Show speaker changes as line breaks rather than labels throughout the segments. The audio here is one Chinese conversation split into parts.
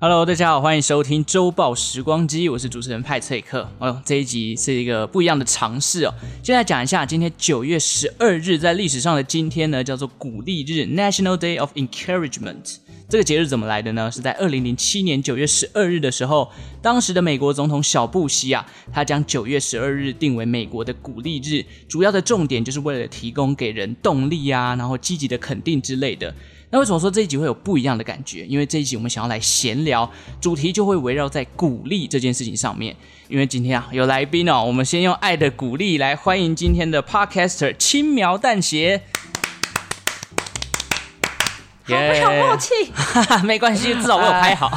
Hello，大家好，欢迎收听周报时光机，我是主持人派翠克。哦，这一集是一个不一样的尝试哦。先来讲一下，今天九月十二日，在历史上的今天呢，叫做鼓励日 （National Day of Encouragement）。这个节日怎么来的呢？是在二零零七年九月十二日的时候，当时的美国总统小布希啊，他将九月十二日定为美国的鼓励日，主要的重点就是为了提供给人动力啊，然后积极的肯定之类的。那为什么说这一集会有不一样的感觉？因为这一集我们想要来闲聊，主题就会围绕在鼓励这件事情上面。因为今天啊有来宾哦，我们先用爱的鼓励来欢迎今天的 Podcaster 轻描淡写。
好没有默契
没关系，至少我有拍好。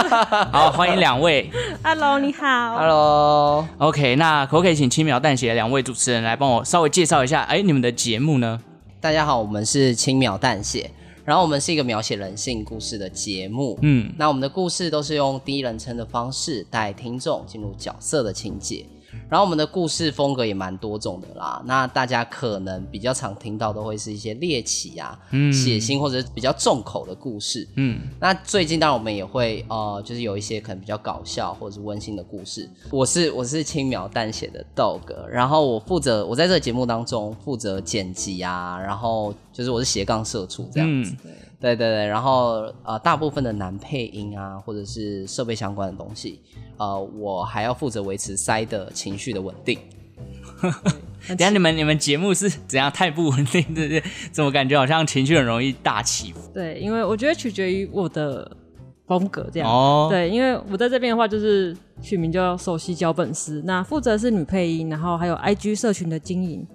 好，欢迎两位。
？Hello，你好。
Hello。OK，那可不可以请轻描淡写的两位主持人来帮我稍微介绍一下？哎，你们的节目呢？
大家好，我们是轻描淡写，然后我们是一个描写人性故事的节目。
嗯
那我们的故事都是用第一人称的方式带听众进入角色的情节，然后我们的故事风格也蛮多种的啦。那大家可能比较常听到都会是一些猎奇啊、
嗯
血腥或者是比较重口的故事。
嗯，
那最近当然我们也会呃，就是有一些可能比较搞笑或者是温馨的故事。我是我是轻描淡写的 dog，然后我负责我在这个节目当中负责剪辑啊，然后就是我是斜杠社畜这样子。
嗯
对对对，然后呃，大部分的男配音啊，或者是设备相关的东西，呃，我还要负责维持塞的情绪的稳定。
等一下你们你们节目是怎样太 不稳定，对不对？怎么感觉好像情绪很容易大起伏？
对，因为我觉得取决于我的风格这样。
哦，，
对，因为我在这边的话，就是取名叫首席脚本师，那负责是女配音，然后还有 IG 社群的经营，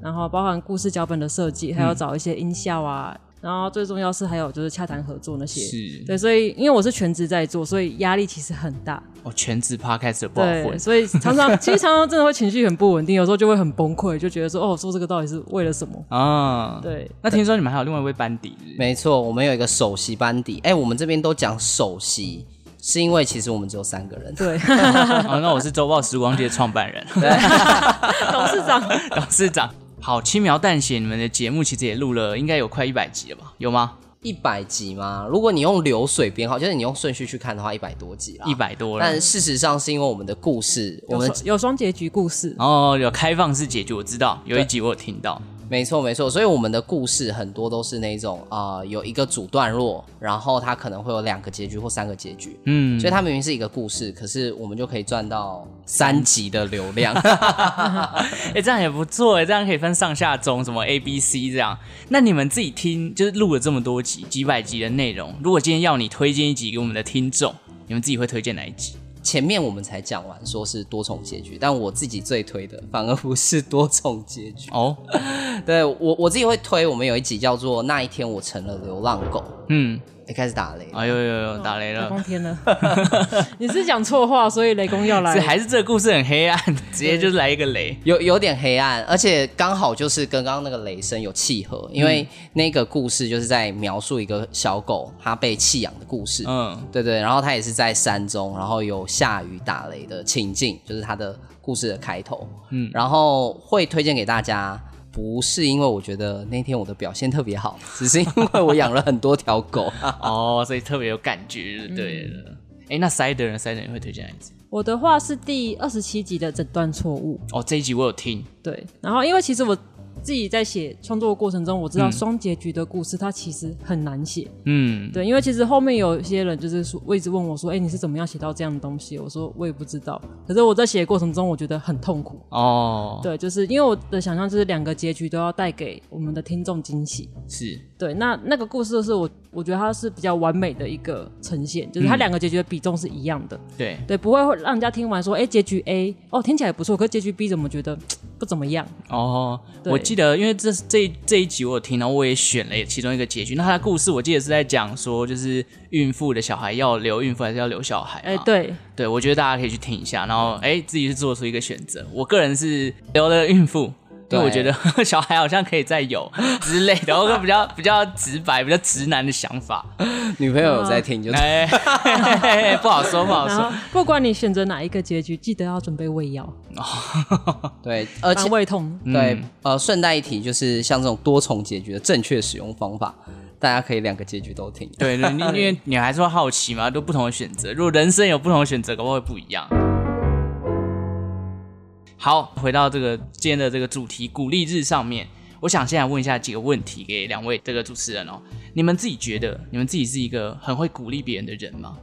然后包含故事脚本的设计，
嗯
还有找一些音效啊，然后最重要是还有就是洽谈合作那些。
是
对，所以因为我是全职在做，所以压力其实很大。
哦，全职 podcast 不好
对，
混。
所以常常其实常常真的会情绪很不稳定，有时候就会很崩溃，就觉得说哦，做这个到底是为了什么？
啊，
对，
那听说你们还有另外一位班底是不是
没错，我们有一个首席班底，哎，我们这边都讲首席，是因为其实我们只有三个人。
对，
哦，那我是周报时光机的创办人、
董事长
董事长。好，轻描淡写，你们的节目其实也录了，应该有快一百集了吧？有吗？
一百集吗？如果你用流水编号，就是你用顺序去看的话，一百多集啦。
一。百多了
但。事实上是因为我们的故事，我
有
们
双有双结局故事，
哦，有开放式解决，我知道有一集我有听到，
没错没错，所以我们的故事很多都是那种啊、呃有一个主段落，然后它可能会有两个结局或三个结局。
嗯，
所以它明明是一个故事，可是我们就可以赚到三集的流 量。
哎、这样也不错哎，这样可以分上下中，什么 A、B、C 这样。那你们自己听，就是录了这么多集、几百集的内容，如果今天要你推荐一集给我们的听众，你们自己会推荐哪一集？
前面我们才讲完说是多重结局，但我自己最推的反而不是多重结局。
哦，
对我我自己会推，我们有一集叫做《那一天我成了流浪狗
嗯，》，
哎开始打雷。
哎呦呦呦，打雷
打
了，
光天 了，你是讲错话，所以雷公要来
这。还是这个故事很黑暗，直接就是来一个雷。
有有点黑暗，而且刚好就是跟刚刚那个雷声有契合，因为那个故事就是在描述一个小狗它被弃养的故事。
嗯，
对对，然后它也是在山中，然后有下雨打雷的情境，就是它的故事的开头。
嗯
嗯，然后会推荐给大家，不是因为我觉得那天我的表现特别好，只是因为我养了很多条狗。
哦，所以特别有感觉，就对了。哎、那 Side 呢？Side 你会推荐哪一集？
我的话是第二十七集的诊断错误，
哦，这一集我有听，
对。然后因为其实我自己在写创作的过程中，我知道
嗯
双结局的故事它其实很难写，
嗯，
对。因为其实后面有些人就是说，我一直问我说，哎、你是怎么样写到这样的东西？我说我也不知道。可是我在写的过程中，我觉得很痛苦。
哦，
对，就是因为我的想象就是两个结局都要带给我们的听众惊喜，
是，
对，那那个故事是我我觉得它是比较完美的一个呈现，就是它
嗯
两个结局的比重是一样的，
对，
对，不会让人家听完说，哎、结局 A 哦听起来不错，可是结局 B 怎么觉得嘖不怎么样。
哦，
对
我记得，因为这这一这一集我有听，然后我也选了其中一个结局。那他的故事我记得是在讲说，就是孕妇的小孩要留孕妇还是要留小孩嘛？
哎、对，
对，我觉得大家可以去听一下，然后哎、自己去做出一个选择。我个人是留了孕妇，因为我觉得 小孩好像可以再有之类的，我个比较比较直白、比较直男的想法。
女朋友有在 听就
哎、嘿嘿嘿嘿不好说，不好
然
说
后。不管你选择哪一个结局，记得要准备胃药，
对，而且
防胃痛。
对
嗯，
呃，顺带一提，就是像这种多重结局的正确使用方法，大家可以两个结局都听。
对，你你因为你还是会好奇嘛，都不同的选择。如果人生有不同的选择，搞不好会不一样。好，回到这个今天的这个主题鼓励日上面，我想现在问一下几个问题给两位这个主持人哦。你们自己觉得你们自己是一个很会鼓励别人的人吗？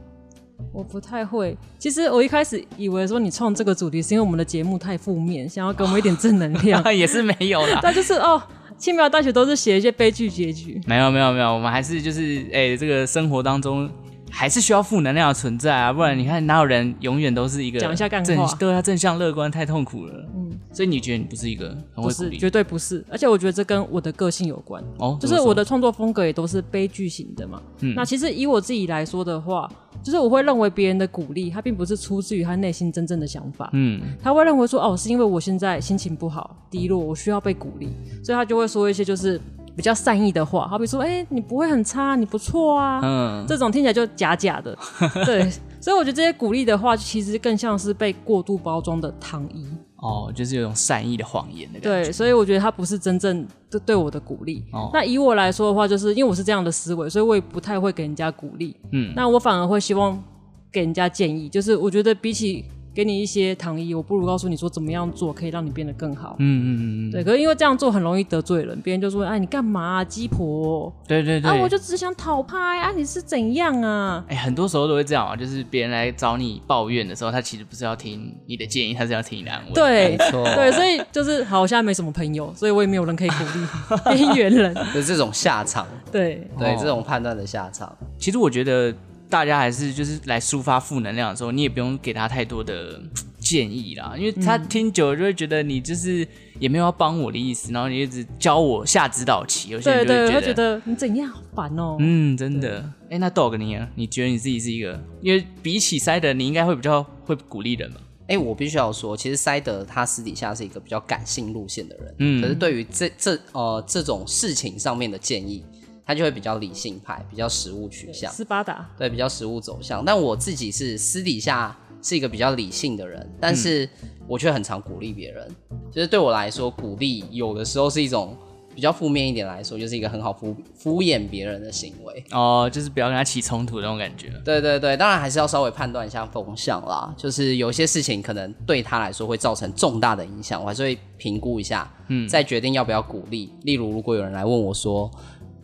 我不太会。其实我一开始以为说你创这个主题是因为我们的节目太负面，想要给我们一点正能量。
也是没有啦。
但就是哦，青苗大学都是写一些悲剧结局。
没有没有没有，我们还是就是哎、这个生活当中还是需要负能量的存在啊，不然你看哪有人永远都是一个
讲一下干
正
话
对啊，正向乐观太痛苦了。嗯，所以你觉得你不是一个很
不
会鼓
是，
励
绝对不是。而且我觉得这跟我的个性有关，
哦，怎
就是
么说嗯
我的创作风格也都是悲剧型的嘛。那其实以我自己来说的话，就是我会认为别人的鼓励，他并不是出自于他内心真正的想法。
嗯
他会认为说，哦，是因为我现在心情不好、低落，我需要被鼓励，所以他就会说一些就是比较善意的话，好比说，哎、你不会很差，你不错啊，
嗯
这种听起来就假假的。 对，所以我觉得这些鼓励的话，其实更像是被过度包装的糖衣。
哦，就是有种善意的谎言的感觉。
对，所以我觉得他不是真正对对我的鼓励。
哦
那以我来说的话，就是因为我是这样的思维，所以我也不太会给人家鼓励。
嗯
那我反而会希望给人家建议，就是我觉得比起给你一些糖衣，我不如告诉你说怎么样做可以让你变得更好。
嗯嗯嗯嗯，
对，可是因为这样做很容易得罪人，别人就说：“哎，你干嘛、啊，鸡婆、
对对对，
啊，我就只想讨拍啊，你是怎样啊？
哎、很多时候都会这样啊，就是别人来找你抱怨的时候，他其实不是要听你的建议，他是要听你的安慰。
对
错
对，所以就是好，我现在没什么朋友，所以我也没有人可以鼓 励边缘人。
就是这种下场，
对，
对、
哦
这种判断的下场，
其实我觉得大家还是就是来抒发负能量的时候，你也不用给他太多的建议啦，因为他听久了就会觉得你就是也没有要帮我的意思，然后你一直教我下指导棋，有些
对
人就
对，
会
会觉得你怎样好烦哦。
嗯，真的。哎，那 dog 你呢？你觉得你自己是一个，因为比起 s i d e 你应该会比较会鼓励人吧？
哎、我必须要说，其实塞德他私底下是一个比较感性路线的人，
嗯
可是对于这这呃这种事情上面的建议，他就会比较理性派，比较实务取向，
斯巴达，
对，比较实务走向。但我自己是私底下是一个比较理性的人，但是我却很常鼓励别人。就是对我来说，鼓励有的时候是一种比较负面一点来说，就是一个很好敷敷衍别人的行为。
哦，就是不要跟他起冲突那种感觉。
对对对，当然还是要稍微判断一下风向啦。就是有些事情可能对他来说会造成重大的影响，我还是会评估一下，嗯，再决定要不要鼓励。例如，如果有人来问我说。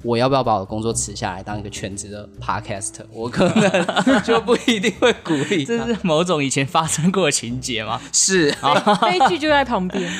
我要不要把我的工作辞下来当一个全职的 podcaster？我可能就不一定会鼓 励
这
他。
是某种以前发生过的情节吗？
是
悲剧就在旁边。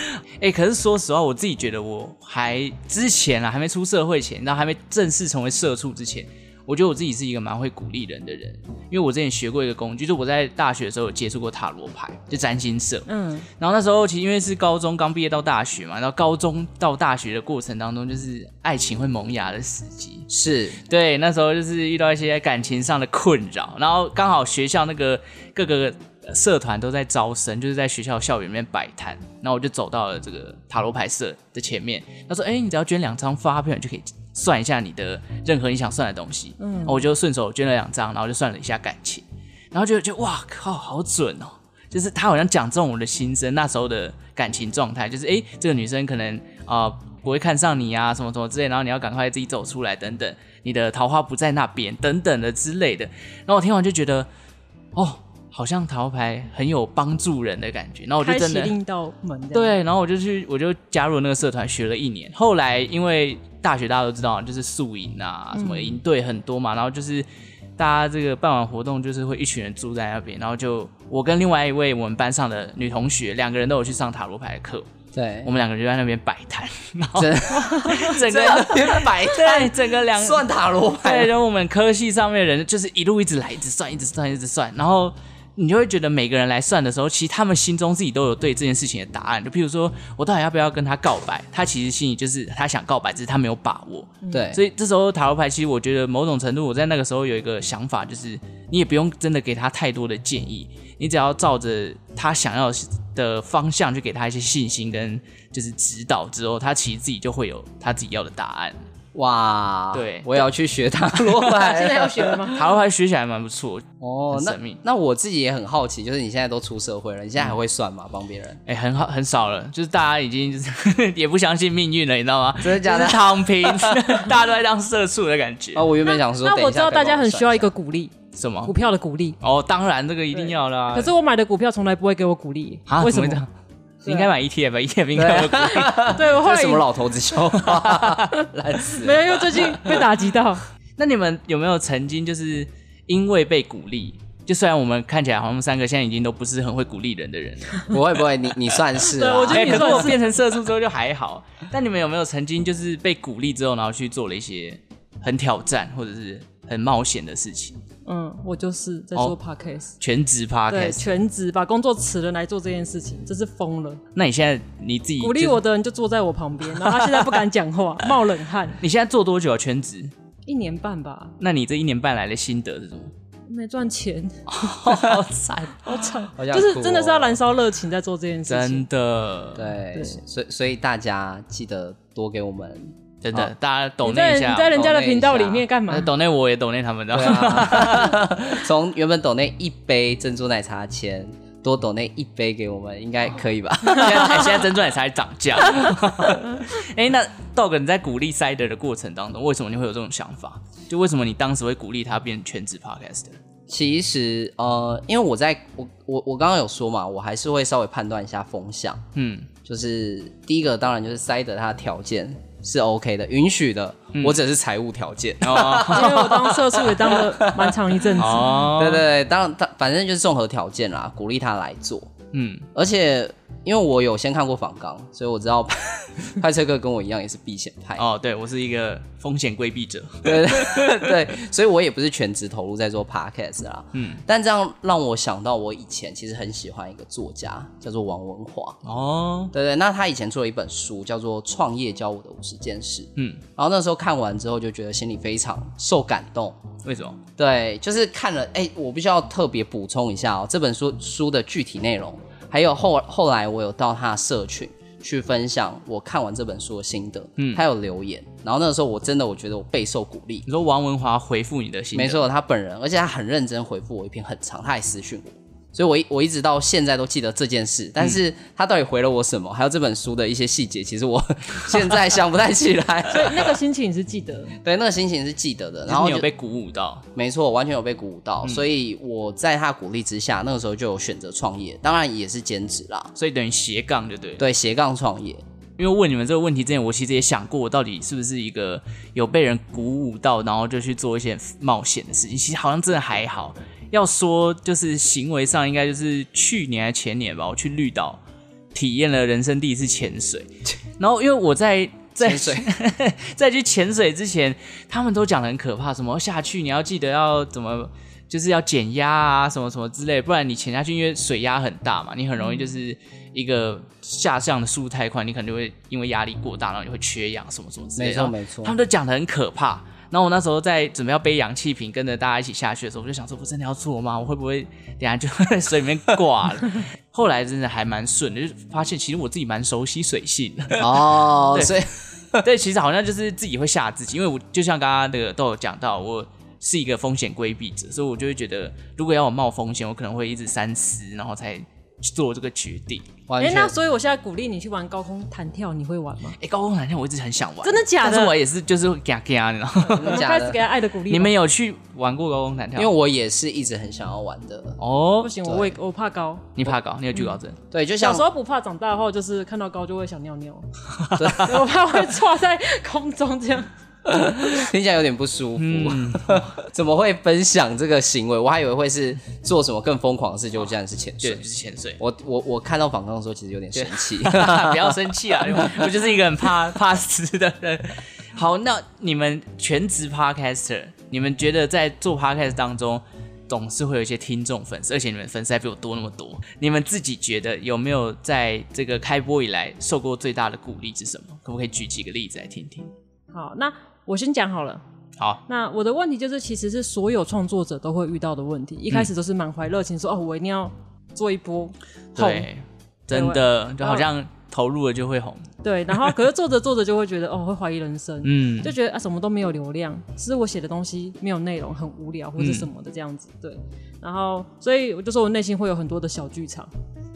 哎、可是说实话，我自己觉得我还之前啊，还没出社会前，然后还没正式成为社畜之前，我觉得我自己是一个蛮会鼓励人的人，因为我之前学过一个工具，就我在大学的时候有接触过塔罗牌，就占星社。
嗯，
然后那时候其实因为是高中刚毕业到大学嘛，然后高中到大学的过程当中，就是爱情会萌芽的时机。
是，
对，那时候就是遇到一些感情上的困扰，然后刚好学校那个各个呃社团都在招生，就是在学校校园里面摆摊，然后我就走到了这个塔罗牌社的前面，他说：“哎、你只要捐两张发票，你就可以算一下你的任何你想算的东西。”嗯，然后我就顺手捐了两张，然后就算了一下感情，然后就觉得哇靠，好准哦！就是他好像讲中我的心声，那时候的感情状态，就是哎、诶这个女生可能啊、呃不会看上你啊，什么什么之类，然后你要赶快自己走出来，等等，你的桃花不在那边，等等的之类的。然后我听完就觉得，哦，好像塔罗牌很有帮助人的感觉。然后我哦就
开
真
启
的
另一道门这样。
对，然后我就去，我就加入那个社团学了一年。后来因为大学大家都知道，就是宿营啊，什么营队很多嘛，然后就是大家这个办完活动，就是会一群人住在那边，然后就我跟另外一位我们班上的女同学，两个人都有去上塔罗牌的课，
对
我，们两个人就在那边摆摊， 然后
哦
整
真这样
个
边摆
对
摊
整个两
算塔罗牌
对，然后我们科系上面的人就是一路一直来，一直算，一直算，一直算，然后你就会觉得每个人来算的时候，其实他们心中自己都有对这件事情的答案。就譬如说，我到底要不要跟他告白？他其实心里就是他想告白，只是他没有把握。
对，
嗯
所以这时候塔罗牌，其实我觉得某种程度，我在那个时候有一个想法，就是你也不用真的给他太多的建议，你只要照着他想要的方向去给他一些信心跟就是指导之后，他其实自己就会有他自己要的答案。
哇，
对
我也要去学塔罗牌，
现在要学了 吗？
塔罗牌学起来蛮不错，
哦
很，
那
神秘
那我自己也很好奇，就是你现在都出社会了，你现在还会算吗？帮别人？
哎、很好，很少了，就是大家已经就是 也不相信命运了，你知道吗？
真的假的
就是躺平， 大家都在当社畜的感觉。
哦
啊，我原本想说，
那
等
我
一
知
下
道
可以
大家
帮我
很
算
需要一
下
个鼓励，
什么
股？票的鼓励。
哦，当然这个一定要啦。
可是我买的股票从来不会给我鼓励
啊，，
为什
怎会
么啊
这？样？你应该买 ETF，吧 ETF 应该有股利。
对我后
这
来
是什么老头子笑话， 烂死
没
了。
有，因为最近被打击到，
那你们有没有曾经就是因为被鼓励？就虽然我们看起来好像我们三个现在已经都不是很会鼓励人的人，
不会不会，你你算是啊
对
啦
我觉得
哎
你
可是
算
我
是
变成社畜之后就还好。但你们有没有曾经就是被鼓励之后，然后去做了一些很挑战或者是很冒险的事情？
嗯，我就是在
哦
做 podcast，
全职
对，
podcast，
全职把工作辞了来做这件事情，真是疯了。
那你现在你自己
鼓励
就是
我，的人就坐在我旁边，然后他现在不敢讲话，冒冷汗。
你现在做多久啊全职？
一年半吧，
那你这一年半来的心得是什么？
没赚钱，
好惨，
好惨，
好像
就是真的是要燃烧热情在做这件事情
真。的，
对，
对
所以所以大家记得多给我们，
真的，
好
大家懂
你在
那一
人
下
你，在人家
抖
的
内一下
频道里面干嘛
那？懂那我也懂那他们的
对。 啊，从原本抖那一杯珍珠奶茶钱，多抖那一杯给我们，应该可以 吧？
现在现在珍珠奶茶还涨 价。哎、那 Dog 你在鼓励 Cider 的过程当中，为什么你会有这种想法？就为什么你当时会鼓励他变全职 Podcast？
其实呃，因为我在我我我刚刚有说嘛，我还是会稍微判断一下风向，
嗯，
就是第一个当然就是塞德他的条件是 OK 的，允许的，
嗯
我只是财务条件。
哦
因为我当社畜也当了蛮长一阵子，
哦，
对对，对，当然他反正就是综合条件啦，鼓励他来做。
嗯，
而且因为我有先看过访纲，所以我知道 派车哥跟我一样也是避险派，
哦，对我是一个风险规避者。
对对 对，所以我也不是全职投入在做 podcast 啦。嗯，但这样让我想到，我以前其实很喜欢一个作家，叫做王文华。
哦，
对对，那他以前出了一本书，叫做《创业教我的五十件事》。
嗯，
然后那时候看完之后，就觉得心里非常受感动。
为什么？
对，就是看了，哎，我必须要特别补充一下哦，这本书书的具体内容，还有后后来我有到他的社群去分享我看完这本书的心得，嗯，他有留言，然后那个时候我真的我觉得我备受鼓励
你，说王文华回复你的心，
没，错，他本人，而且他很认真回复我一篇很长，他还私讯我，所以我一我一直到现在都记得这件事，但是他到底回了我什么，还有这本书的一些细节，其实我 现在想不太起来，
那个心情你是记得，
对，那个心情是记得的，
然
然
后
后
你有
就
被鼓舞到。
没错，完全有被鼓舞
嗯
到，所以我在他鼓励之下，那个时候就有选择创业，当然也是兼职啦，
所以等于斜杠就对，，
对，斜杠 创业，
因为问你们这个问题之前，我其实也想过，我到底是不是一个有被人鼓舞到，然后就去做一些冒险的事情。其实好像真的还好。要说就是行为上，应该就是去年还前年吧，我去绿岛体验了人生第一次潜 水。然后因为我在在
潜水
在去潜水之前，他们都讲的很可怕，什么下去你要记得要怎么。就是要减压啊，什么什么之类，不然你潜下去，因为水压很大嘛，你很容易
嗯
就是一个下降的速度太快，你可能就会因为压力过大，然后你会缺氧什么什么之类的。
没错
然后
没错
他们都讲的很可怕。然后我那时候在准备要背氧气瓶，跟着大家一起下去的时候，我就想说，我真的要做吗？我会不会等一下就 在水里面挂了？后来真的还蛮顺的，就是发现其实我自己蛮熟悉水性的。
哦，
对
所以
对，其实好像就是自己会吓自己，因为我就像刚刚那个都有讲到，我是一个风险规避者，所以我就会觉得，如果要我冒风险，我可能会一直三思，然后才去做这个决定。
完
哎，那
全
所以我现在鼓励你去玩高空弹跳，你会玩吗？
哎，高空弹跳我一直很想玩，
真的假的
但是我也是就是会嘎嘎，你知道 吗？
真的
我
假
开始给
的，
他爱的鼓励吧。
你们有去玩过高空弹跳？
因为我也是一直很想要玩的，
不
哦，
行，我嗯畏我怕高。
你怕高，你有惧高症。
对，就
小
像
时候不怕，长大后就是看到高就会想尿尿，
对
我怕会挂在空中这样。
听起来有点不舒服，
嗯
怎么会分享这个行为？我还以为会是做什么更疯狂的事，结果竟然是潜
对，
水。
就。是潜水
我我我看到访纲的时候，其实有点生气。
不要生气啊！ 我就是一个很怕怕死的人。好，那你们全职 podcaster，你们觉得在做 podcast 当中，总是会有一些听众粉丝，而且你们粉丝还比我多那么多。你们自己觉得有没有在这个开播以来受过最大的鼓励是什么？可不可以举几个例子来听听？
好，那我先讲好了。
好，
那我的问题就是，其实是所有创作者都会遇到的问题。一开
嗯
始都是满怀热情，说哦，我一定要做一波红，
对，真的就好像投入了就会红，
对。然后，可是做着做着就会觉得，哦，会怀疑人生，
嗯
就，觉得啊，什么都没有流量，是我写的东西没有内容，很无聊或者
嗯
什么的这样子。对，然后所以我就说我内心会有很多的小剧场，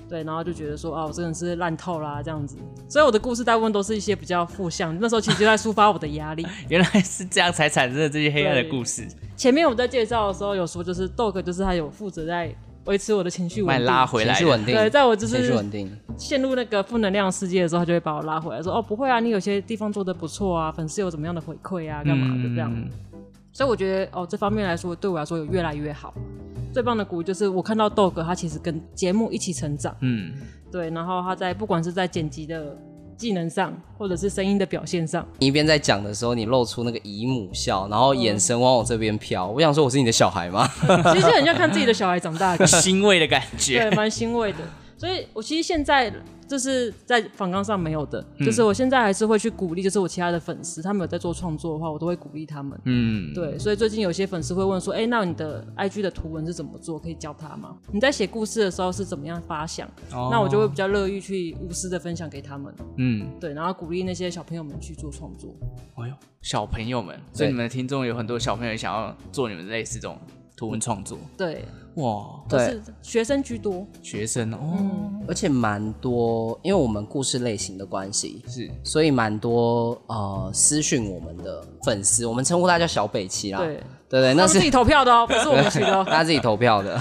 对，然后就觉得说啊，我真的是烂透啦这样子。所以我的故事大部分都是一些比较负向，那时候其实就在抒发我的压力。
原来是这样才产生了这些黑暗的
对
故事，
前面我们在介绍的时候有说，就是豆哥就是他有负责在维持我的情绪
把
稳
你
定，
拉回
情
来
绪
了。
稳定，
对，在我就
情绪
是
稳定，
陷入那个负能量世界的时候，他就会把我拉回来，说哦不会啊，你有些地方做的不错啊，粉丝有怎么样的回馈啊，干嘛的这样。
嗯
所以我觉得哦，这方面来说对我来说有越来越好。最棒的鼓舞就是我哦看到豆哥他其实跟节目一起成长，
嗯，
对，然后他在不管是在剪辑的技能上，或者是声音的表现上，
你一边在讲的时候，你露出那个姨母笑，然后眼神往我这边飘。我想说，我是你的小孩 吗？
其实就很像看自己的小孩 长大的感觉。
欣慰的感觉
对，。蛮欣慰的。所以我其实现在就是在访纲上没有的，
嗯
就是我现在还是会去鼓励，就是我其他的粉丝，他们有在做创作的话，我都会鼓励他们。
嗯，
对，所以最近有些粉丝会问说，哎、那你的 IG 的图文是怎么做？可以教他吗？你在写故事的时候是怎么样发想？
哦
那我就会比较乐意去无私的分享给他们，
嗯，
对，然后鼓励那些小朋友们去做创作。
哎呦，小朋友们，所以你们的听众有很多小朋友也想要做你们类似这种图文创作，
对，
哇，
就
对
是学生居多。
学生哦，
而且蛮多，因为我们故事类型的关系，
是
所以蛮多呃私讯我们的粉丝，我们称呼他叫小北七啦。
对，
对对，
他
那
们自
是
己投票的哦，不是我们取的哦。
他自己投票的，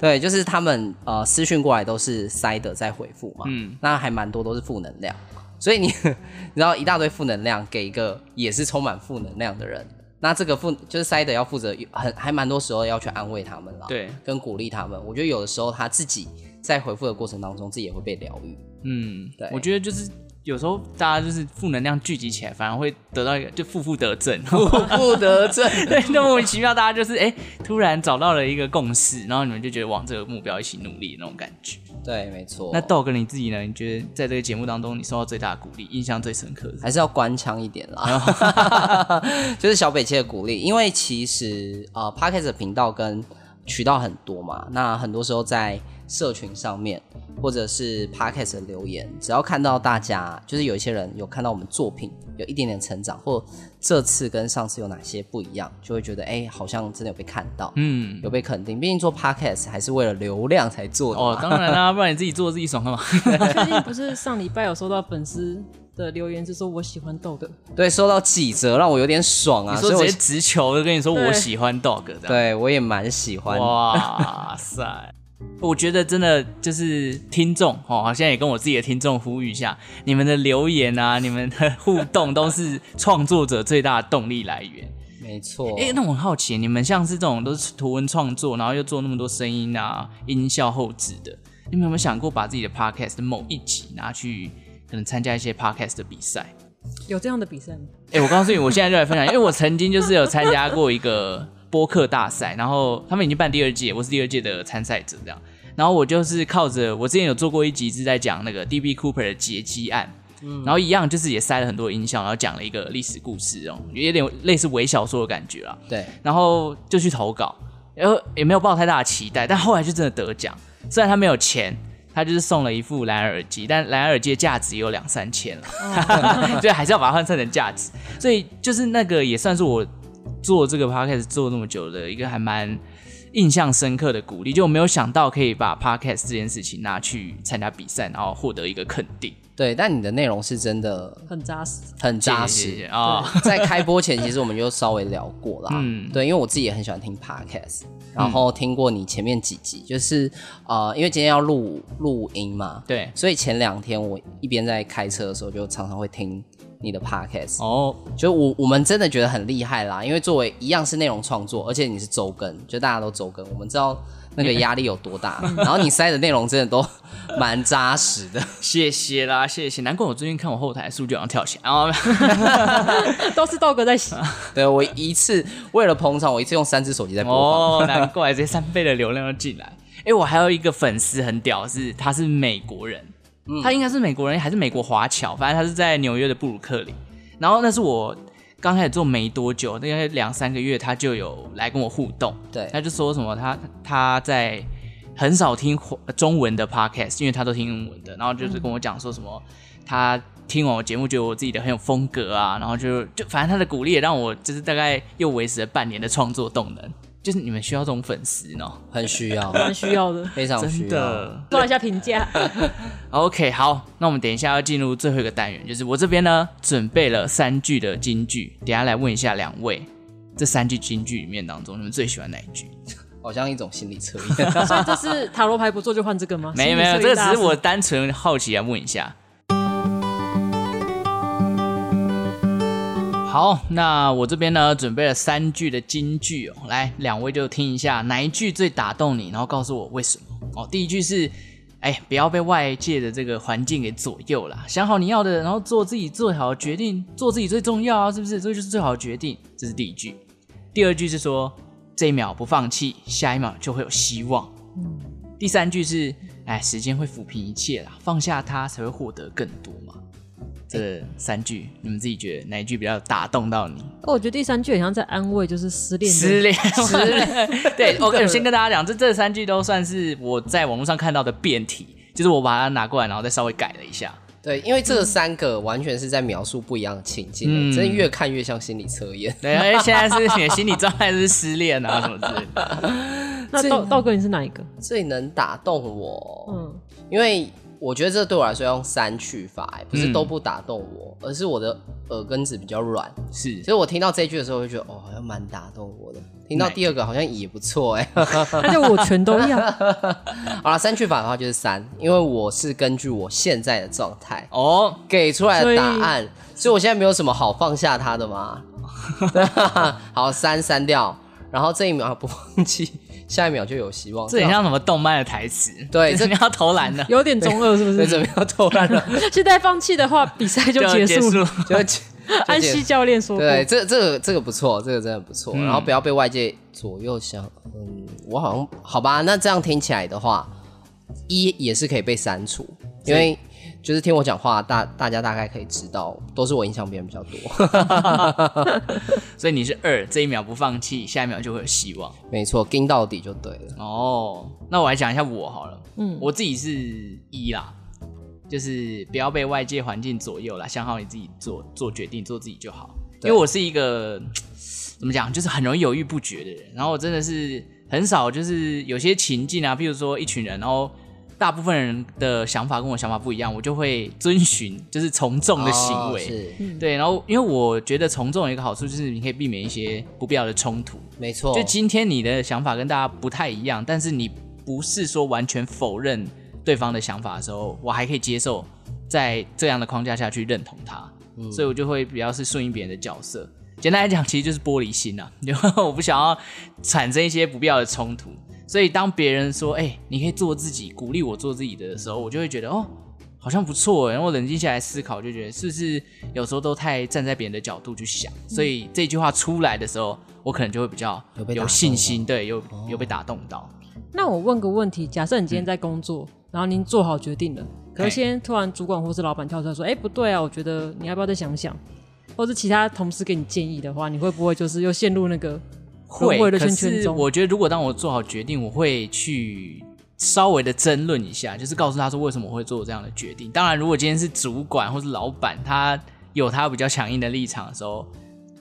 对，就是他们呃私讯过来都是塞的在回复嘛，
嗯
嗯，那还蛮多都是负能量，所以你 你知道一大堆负能量给一个也是充满负能量的人，那这个负就是塞的要负责很还蛮多时候要去安慰他们啦，
对，
跟鼓励他们，我觉得有的时候他自己在回复的过程当中，自己也会被疗愈，
嗯，
对
我觉得就是。有时候大家就是负能量聚集起来，反而会得到一个就负负得 正，负负得正，对，那莫名其妙，大家就是哎、突然找到了一个共识，然后你们就觉得往这个目标一起努力的那种感觉。
对，没错，
那豆哥你自己呢？你觉得在这个节目当中，你受到最大的鼓励，印象最深刻的是什么？
还是要官腔一点 啦， 就是小北切的鼓励，因为其实呃 p o d c a s t 的频道跟渠道很多嘛，那很多时候在社群上面或者是 p o d c a s t 的留言，只要看到大家就是有一些人有看到我们作品有一点点成长，或这次跟上次有哪些不一样，就会觉得哎、好像真的有被看到，
嗯，
有被肯定。毕竟做 p o d c a s t 还是为了流量才做的嘛
哦，当然啦、不然你自己做自己爽干嘛？
最近不是上礼拜有收到粉丝的留言，是说我喜欢豆哥。
对，收到几折让我有点爽啊，
你
所
说
以我
直接直球的跟你说我喜欢 dog 这样，
对我也蛮喜欢
哇塞！我觉得真的就是听众哦，好像也跟我自己的听众呼吁一下，你们的留言啊，你们的互动都是创作者最大的动力来源。
没错，
哎、那我很好奇，你们像是这种都是图文创作，然后又做那么多声音啊、音效后置的，你们有没有想过把自己的 podcast 的某一集拿去可能参加一些 podcast 的比赛？
有这样的比赛吗？
哎、我告诉你，我现在就来分享，因为我曾经就是有参加过一个播客大赛，然后他们已经办第二届，我是第二届的参赛者这样。然后我就是靠着我之前有做过一集是在讲那个 D.B. Cooper 的劫机案，然后一样就是也塞了很多音效，然后讲了一个历史故事哦，有点类似伪小说的感觉啊啦。
对，
然后就去投稿，然后也没有抱太大的期待，但后来就真的得奖。虽然他没有钱，他就是送了一副蓝牙耳机，但蓝牙耳机的价值也有两三千 了，所以还是要把它换算成价值。所以就是那个也算是我做这个 podcast 做那么久的一个还蛮印象深刻的鼓励，就我没有想到可以把 podcast 这件事情拿去参加比赛，然后获得一个肯定，
对，但你的内容是真的
很扎实。
很扎
谢谢谢谢
实。
啊。
在开播前，其实我们就稍微聊过啦。
嗯
对，因为我自己也很喜欢听 podcast，然后听过你前面几集，就是呃，因为今天要录录音嘛，
对
所以前两天我一边在开车的时候，就常常会听你的 podcast。
哦，
就我我们真的觉得很厉害啦，因为作为一样是内容创作，而且你是周更，就大家都周更，我们知道那个压力有 多大。然后你塞的内容真的都蛮扎实的，
谢谢啦，谢谢。难怪我最近看我后台数据好像跳起来哦，
都是豆哥在洗，
对我一次为了捧场，我一次用三只手机在播放。
哦，难怪这三倍的流量要进 来。哎，我还有一个粉丝很屌，是他是美国人，
嗯
他应该是美国人还是美国华侨，反正他是在纽约的布鲁克林。然后那是我刚开始做没多久，大概两三个月，他就有来跟我互动，
对
他就说什么他他在很少听华中文的 podcast，因为他都听英文的，然后就是跟我讲说什么他听完我节目觉得我自己的很有风格啊，然后就就反正他的鼓励也让我就是大概又维持了半年的创作动能，就是你们需要这种粉丝呢，
很需要，
蛮需要的。
非常
真
需要。
的。
做一下评价，
OK，好，那我们等一下要进入最后一个单元，就是我这边呢准备了三句的金句，等一下来问一下两位，这三句金句里面当中，你们最喜欢哪一句？
好像一种心理测验。
所以这是塔罗牌不做就换这个吗？
没有没有，
心理
这
测
只
验大
是
师
我单纯好奇来问一下。好，那我这边呢准备了三句的金句哦，来，两位就听一下哪一句最打动你，然后告诉我为什么哦。第一句是，哎，不要被外界的这个环境给左右啦，想好你要的，然后做自己最好的决定，做自己最重要啊，是不是？这就是最好的决定，这是第一句。第二句是说，这一秒不放弃，下一秒就会有希望。第三句是，哎，时间会抚平一切啦，放下它才会获得更多嘛。这三句，你们自己觉得哪一句比较打动到你？
哦我觉得第三句很像在安慰，就是失恋的
失恋，失恋。 对，我
真的
先跟大家讲，这这三句都算是我在网络上看到的变体，就是我把它拿过来，然后再稍微改了一下。
对，因为这三个完全是在描述不一样的情境，
嗯
真的越看越像心理测验。
对，因为现在是 你的心理状态是失恋啊什么之类 的。
那道道哥你是哪一个？
最能打动我，
嗯，
因为我觉得这对我来说要用删去法、欸，不是
嗯
都不打动我，而是我的耳根子比较软，
是
所以我听到这一句的时候，我就觉得哦，好像蛮打动我的。听到第二个好像也不错哎、
那就我全都要。
好了，删去法的话就是删，因为我是根据我现在的状态
哦，
给出来的答案，所以我现在没有什么好放下它的嘛。好，删删掉，然后这一秒啊不放弃，下一秒就有希望。
这很像什么动漫的台词？
对
就是
这
你要投篮的，
有点中二是不
对，准
是？
备要偷懒了，
现在放弃的话，比赛 就结束。
束
了。
了。
就就
安西教练说过，
对，这这个这个不错，这个真的不错。然后不要被外界左右想，嗯，我好像好吧。那这样听起来的话，一也是可以被删除，因为就是听我讲话，大大家大概可以知道，都是我影响别人比较多。
所以你是二，这一秒不放弃，下一秒就会有希望。
没错，盯到底就对了。
哦，那我来讲一下我好了，
嗯
我自己是一啦，就是不要被外界环境左右啦，想好你自己做做决定，做自己就好。因
对
为我是一个怎么讲，就是很容易犹豫不决的人，然后我真的是很少，就是有些情境啊，譬如说一群人，然后。大部分人的想法跟我想法不一样，我就会遵循，就是从众的行为。
哦是
对，然后因为我觉得从众有一个好处就是你可以避免一些不必要的冲突。
没错，
就今天你的想法跟大家不太一样，但是你不是说完全否认对方的想法的时候，我还可以接受在这样的框架下去认同他，
嗯
所以我就会比较是顺应别人的角色。简单来讲，其实就是玻璃心啊， 因为我不想要产生一些不必要的冲突。所以当别人说“哎、你可以做自己”，鼓励我做自己的时候，我就会觉得哦，好像不错欸。然后我冷静下来思考，就觉得是不是有时候都太站在别人的角度去想。所以这句话出来的时候，我可能就会比较
嗯有被打动哦
有信心，对，有有被打动到。
那我问个问题：假设你今
嗯
天在工作，然后您做好决定了，可是
嘿
今天突然主管或是老板跳出来说：“哎、不对啊，我觉得你要不要再想想？”或是其他同事给你建议的话，你会不会就是又陷入那个
会
轮回，的
可
圈圈
是
中？
我觉得如果当我做好决定，我会去稍微的争论一下，就是告诉他说为什么我会做这样的决定。当然，如果今天是主管或是老板，他有他比较强硬的立场的时候，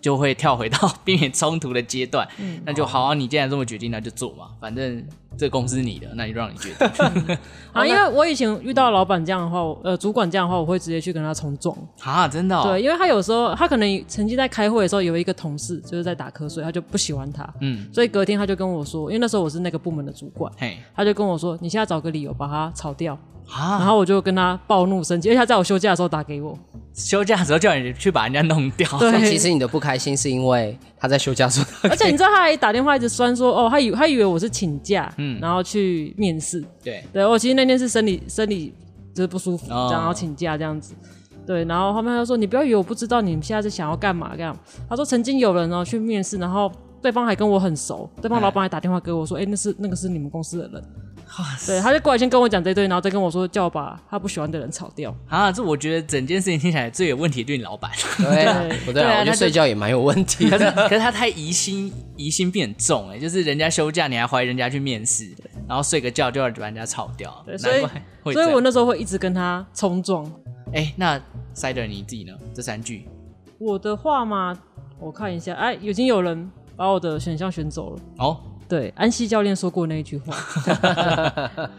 就会跳回到 避免冲突的阶段。
嗯
那就好、啊，你既然这么决定，那就做嘛，反正这公司是你的，那就让你决
嗯
定。哦
啊，因为我以前遇到老板这样的话，我呃，主管这样的话，我会直接去跟他冲撞。
啊，真的、哦，
对，因为他有时候他可能曾经在开会的时候有一个同事就是在打瞌睡，他就不喜欢他，
嗯，
所以隔天他就跟我说，因为那时候我是那个部门的主管，
嘿，
他就跟我说，你现在找个理由把他炒掉。然
啊，
后我就跟他暴怒生气，而且他在我休假的时候打给我，
休假的时候叫你去把人家弄掉。
但
对
其实你的不开心是因为他在休假说他
而且你知道他还打电话一直酸说，哦，他以他以为我是请假，
嗯
然后去面试。
对，
对哦我其实那天是生理生理就是不舒服，
哦
这样然后请假这样子。对，然后后面他就说：“你不要以为我不知道你们现在是想要干嘛干嘛。”他说：“曾经有人哦去面试，然后对方还跟我很熟，对方
哎
老板还打电话给我说：‘哎、那是那个是你们公司的人。’对，他就过来先跟我讲这一堆，然后再跟我说叫我把他不喜欢的人炒掉。
啊，这我觉得整件事情听起来最有问题，对你老板，
对啊
对，
不对
对啊
啊，
他
我觉得
就
睡觉也蛮有问题
可是
的。
可 是他太疑心疑心病很重哎、就是人家休假你还怀疑人家去面试，然后睡个觉就要把人家炒掉，
对，所
难
以
怪会这
所以
样。
我那时候会一直跟他冲撞。
哎、那 Cider 你自己呢？这三句
我的话嘛，我看一下，哎，已经有人把我的选项选走了。
哦，
对，安西教练说过那一句话，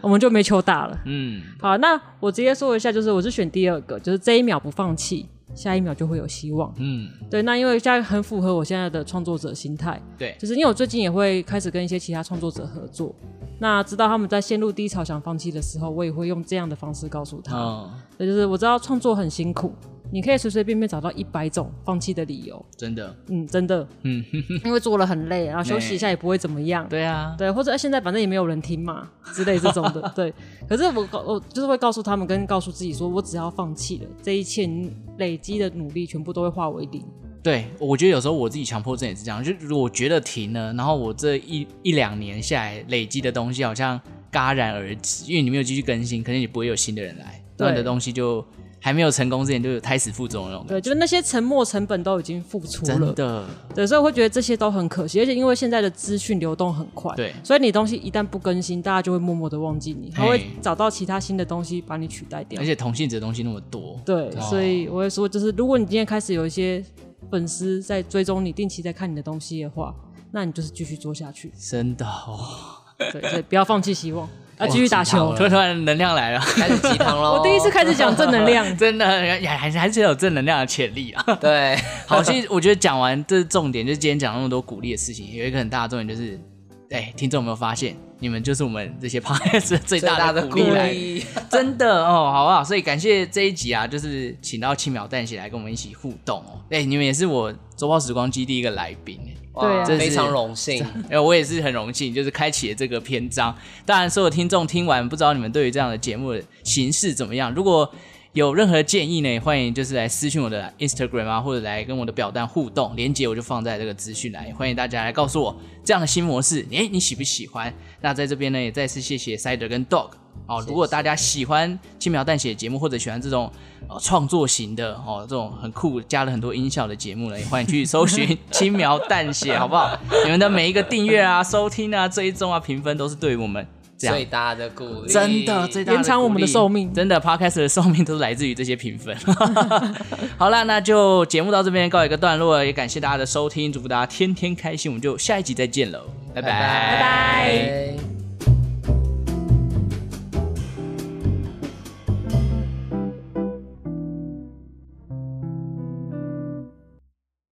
我们就没球打了。
嗯，
好，那我直接说一下，就是我是选第二个，就是这一秒不放弃，下一秒就会有希望。
嗯，
对，那因为现在很符合我现在的创作者心态，
对，
就是因为我最近也会开始跟一些其他创作者合作，那知道他们在陷入低潮想放弃的时候，我也会用这样的方式告诉他。
哦，
对，就是我知道创作很辛苦，你可以随随便便找到一百种放弃的理由。
真的，
嗯，真的，
嗯，
因为做了很累，然后休息一下也不会怎么样。
对啊，
对，或者哎现在反正也没有人听嘛 之类这种 的，对。可是我告我就是会告诉他们，跟告诉自己说，我只要放弃了，这一切你累积的努力全部都会化为零。
对，我觉得有时候我自己强迫症也是这样，就如果我觉得停了，然后我这一一两年下来累积的东西好像戛然而止，因为你没有继续更新，可能也不会有新的人来，那你的
对
东西就还没有成功之前就有胎死腹中的那种感
对，就是那些沉没成本都已经付出
觉，真
了，
的，
对，所以我会觉得这些都很可惜，而且因为现在的资讯流动很快，
对
所以你东西一旦不更新，大家就会默默的忘记你，他会
嘿
找到其他新的东西把你取代掉
而。且同性质的东西那么多，
对，
哦
所以我会说，就是如果你今天开始有一些粉丝在追踪你，定期在看你的东西的话，那你就是继续做下去。
真的哦，
对，所以不要放弃希 望，要继续打球。
突然能量来了，
开始鸡汤喽！
我第一次开始讲正能量，
真的还还是还是有正能量的潜力啊。
对，
好，其实我觉得讲完这是重点，就是今天讲那么多鼓励的事情，有一个很大的重点就是，哎，听众有没有发现，你们就是我们这些 p o 最
最大
大
的
的
鼓
鼓励来源，
励。
真的哦，好不好？所以感谢这一集啊，就是请到轻描淡写来跟我们一起互动哦。哎，你们也是我周报时光机第一个来宾哎。
哇
啊
这是
非常荣幸。
哎、我也是很荣幸，就是开启了这个篇章。当然，所有听众听完，不知道你们对于这样的节目的形式怎么样？如果有任何建议呢，也欢迎就是来私讯我的 Instagram 啊，或者来跟我的表单互动，连接我就放在这个资讯栏，也欢迎大家来告诉我这样的新模式，哎、你喜不喜欢？那在这边呢，也再次谢谢 Cider 跟 Dog。哦，如果大家喜欢轻描淡写的节目，或者喜欢这种哦创作型的哦这种很酷加了很多音效的节目呢，也欢迎去搜 寻轻描淡写，好不好？你们的每一个订阅啊、收听啊、追踪啊、评分，都是对于我们这样
最大的鼓励，
真的最大的
延长我们的
鼓励
寿命
真的 Podcast 的寿命都是来自于这些评分。 好了，那就节目到这边告一个段落，也感谢大家的收听，祝福大家天天开心，我们就下一集再见喽，拜
拜拜。